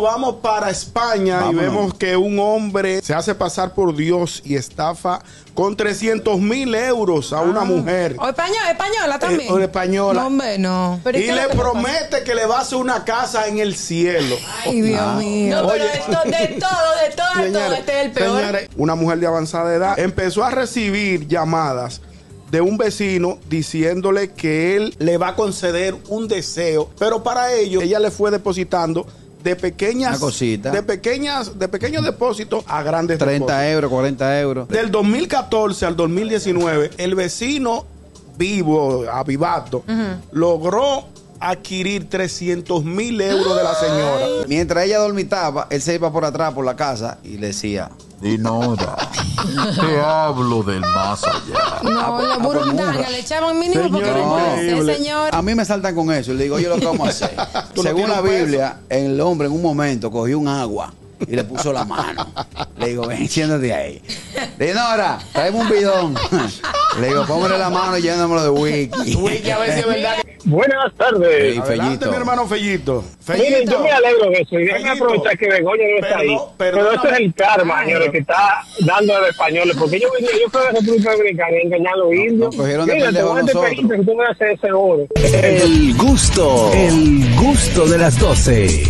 vamos para España Vámonos. y vemos que un hombre se hace pasar por Dios y estafa con 300 mil euros a Ah. una mujer. O española, española también. Eh, o española. No, hombre, no. Pero es y que le lo que me pasa- promete que le va a hacer una casa en el cielo. Ay, Dios mío. No, pero Ah. Oye. de, to- de todo, de todo, de todo, Señores, este es el peor. Ah. señores, una mujer de avanzada edad empezó a recibir llamadas de un vecino diciéndole que él le va a conceder un deseo, pero para ello ella le fue depositando de pequeñas Una cosita. de pequeñas de pequeños depósitos a grandes 30 depósitos. euros, 40 euros. Del 2014 al 2019, el vecino vivo, avivato, logró adquirir 300 mil euros de la señora. Mientras ella dormitaba, él se iba por atrás, por la casa, y le decía... Dinora, te hablo del más allá. No, pues- los ah, pues burundanga murra. le echaban mínimo porque Señor, no puede increíble. ser, señor. A mí me saltan con eso. Y le digo, yo lo que vamos a hacer. Tú no Según tienes la un peso. Biblia, el hombre en un momento cogió un agua y le puso la mano. Le digo, ven, siéntate ahí. Dinora, tráeme un bidón. Le digo, póngale la mano y llénamelo de wiki. Wiki, a ver si es verdad. que- Buenas tardes. Sí, Adelante, Fellito. mi hermano Fellito. Miren, yo me alegro de eso y déjenme Fellito. aprovechar que Begoña no está ahí. Perdón, Pero eso es el karma, Ah. perdóname. señores, que está dando a los españoles. Porque yo vine, yo fui a la República Dominicana y engañé a los indios. cogieron de Mira, te pendejo voy a este hacer nosotros. perito si tú me haces ese oro. El gusto, el gusto de las 12.